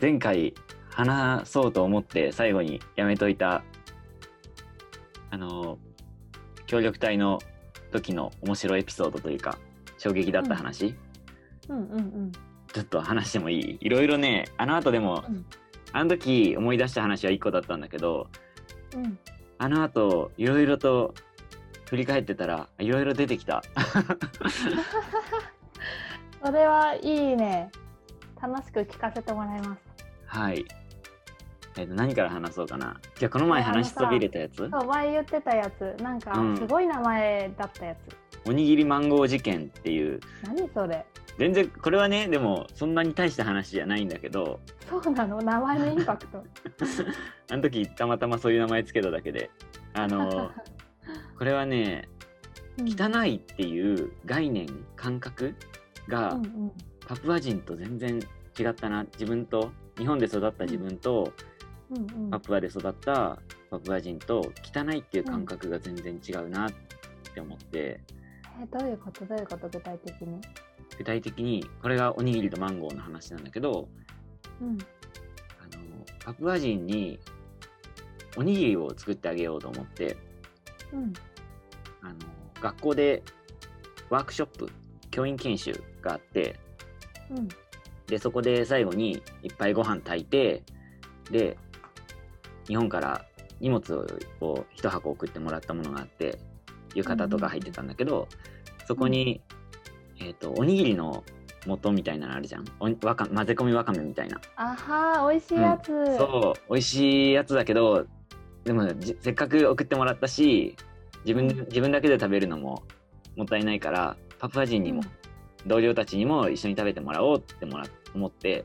前回話そうと思って最後にやめといたあの協力隊の時の面白いエピソードというか衝撃だった話、うんうんうんちょっと話してもいいいろいろねあの後でも、うんあの時思い出した話は1個だったんだけどうんあの後いろいろと振り返ってたらいろいろ出てきた それはいいね楽しく聞かせてもらいますはいえっと何から話そうかなじゃあこの前話しそびれたやつそう前言ってたやつなんかうんすごい名前だったやつ、おにぎりマンゴー事件っていう何それ全然これはねでもそんなに大した話じゃないんだけどそうなの名前のインパク トあの時たまたまそういう名前つけただけであ のこれはねうん汚いっていう概念感覚が、うんうんパプア人と全然違ったな自分と日本で育った自分と、うんうんパプアで育ったパプア人と汚いっていう感覚が全然違うなって思って、えどういうことどういうこと具体的に、具体的にこれがおにぎりとマンゴーの話なんだけどうん、あのパプア人におにぎりを作ってあげようと思ってうんあの学校でワークショップ教員研修があってうんでそこで最後にいっぱいご飯炊いてで日本から荷物を一箱送ってもらったものがあって浴衣とか入ってたんだけど、そこに、えー、とおにぎりの素みたいなのあるじゃんおにわか混ぜ込みわかめみたいな、あはー美味しいやつ、うん、そう美味しいやつだけどでもじせっかく送ってもらったし自分自分だけで食べるのももったいないからパプア人にも、同僚たちにも一緒に食べてもらおうってもら思って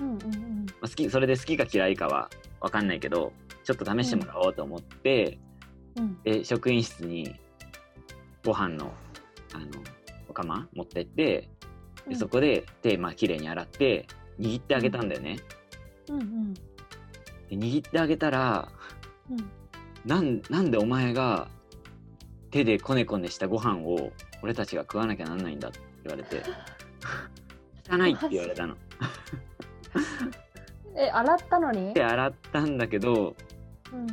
うんうんうんまあ、好きそれで好きか嫌いかは分かんないけどちょっと試してもらおうと思って、うんで職員室にご飯のあのお釜持ってってでそこで手まあ綺麗に洗って握ってあげたんだよね。うんうんで握ってあげたらうんなんなんでお前が手でこねこねしたご飯を俺たちが食わなきゃなんないんだって言われ て汚いって言われたの。え洗ったのに手洗ったんだけどうん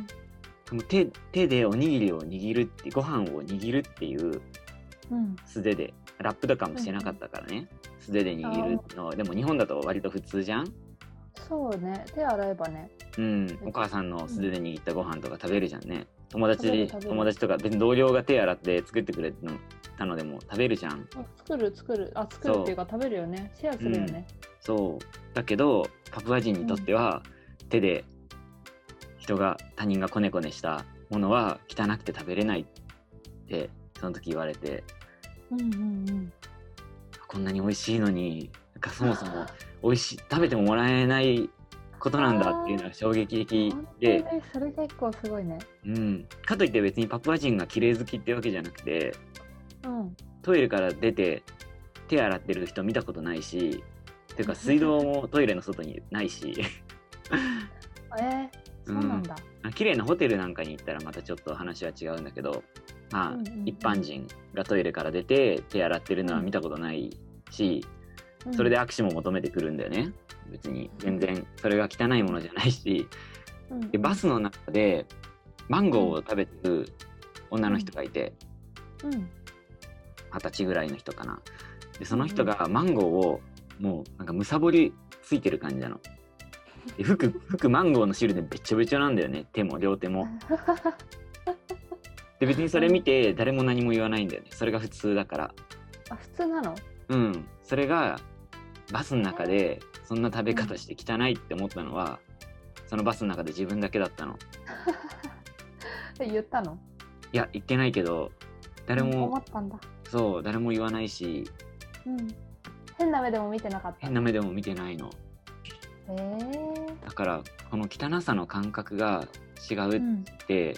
その手手でおにぎりを握るってご飯を握るっていううん素手でラップとかもしてなかったからね、素手で握るのでも日本だと割と普通じゃん、そうね手洗えばねうん、お母さんの素手で握ったご飯とか食べるじゃんね友達食べでる食べる友達とか別に同僚が手洗って作ってくれたのでも食べるじゃんあ作る作るあ作るっていうか食べるよねシェアするよね、そうだけどパプア人にとっては、手で人が他人がこねこねしたものは汚くて食べれないってその時言われてうん、うんうんこんなに美味しいのになんかそもそも美味しい食べてももらえないことなんだっていうのが衝撃的本当で、にそれ結構すごいねうん、かといって別にパプア人が綺麗好きってわけじゃなくてうんトイレから出て手洗ってる人見たことないしっていうか水道もトイレの外にないしえー、そうなんだ、あ綺麗なホテルなんかに行ったらまたちょっと話は違うんだけど、まあうんうんうん一般人がトイレから出て手洗ってるのは見たことないし、うんそれで握手も求めてくるんだよね別に全然それが汚いものじゃないしでバスの中でマンゴーを食べてる女の人がいてうんうん二十歳ぐらいの人かなでその人がマンゴーをもうなんかむさぼりついてる感じなので服服マンゴーの汁でべちょべちょなんだよね手も両手もで別にそれ見て誰も何も言わないんだよねそれが普通だからあ普通なのうんそれがバスの中でそんな食べ方して汚いって思ったのはそのバスの中で自分だけだったのえ言ったのいや言ってないけど誰うん思もったんだそう誰も言わないしうん変な目でも見てなかった変な目でも見てないのえーだからこの汚さの感覚が違ううっんて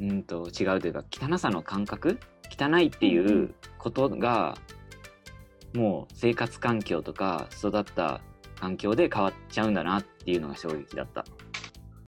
うんと違うというか汚さの感覚汚いっていうことがもう生活環境とか育った環境で変わっちゃうんだなっていうのが衝撃だった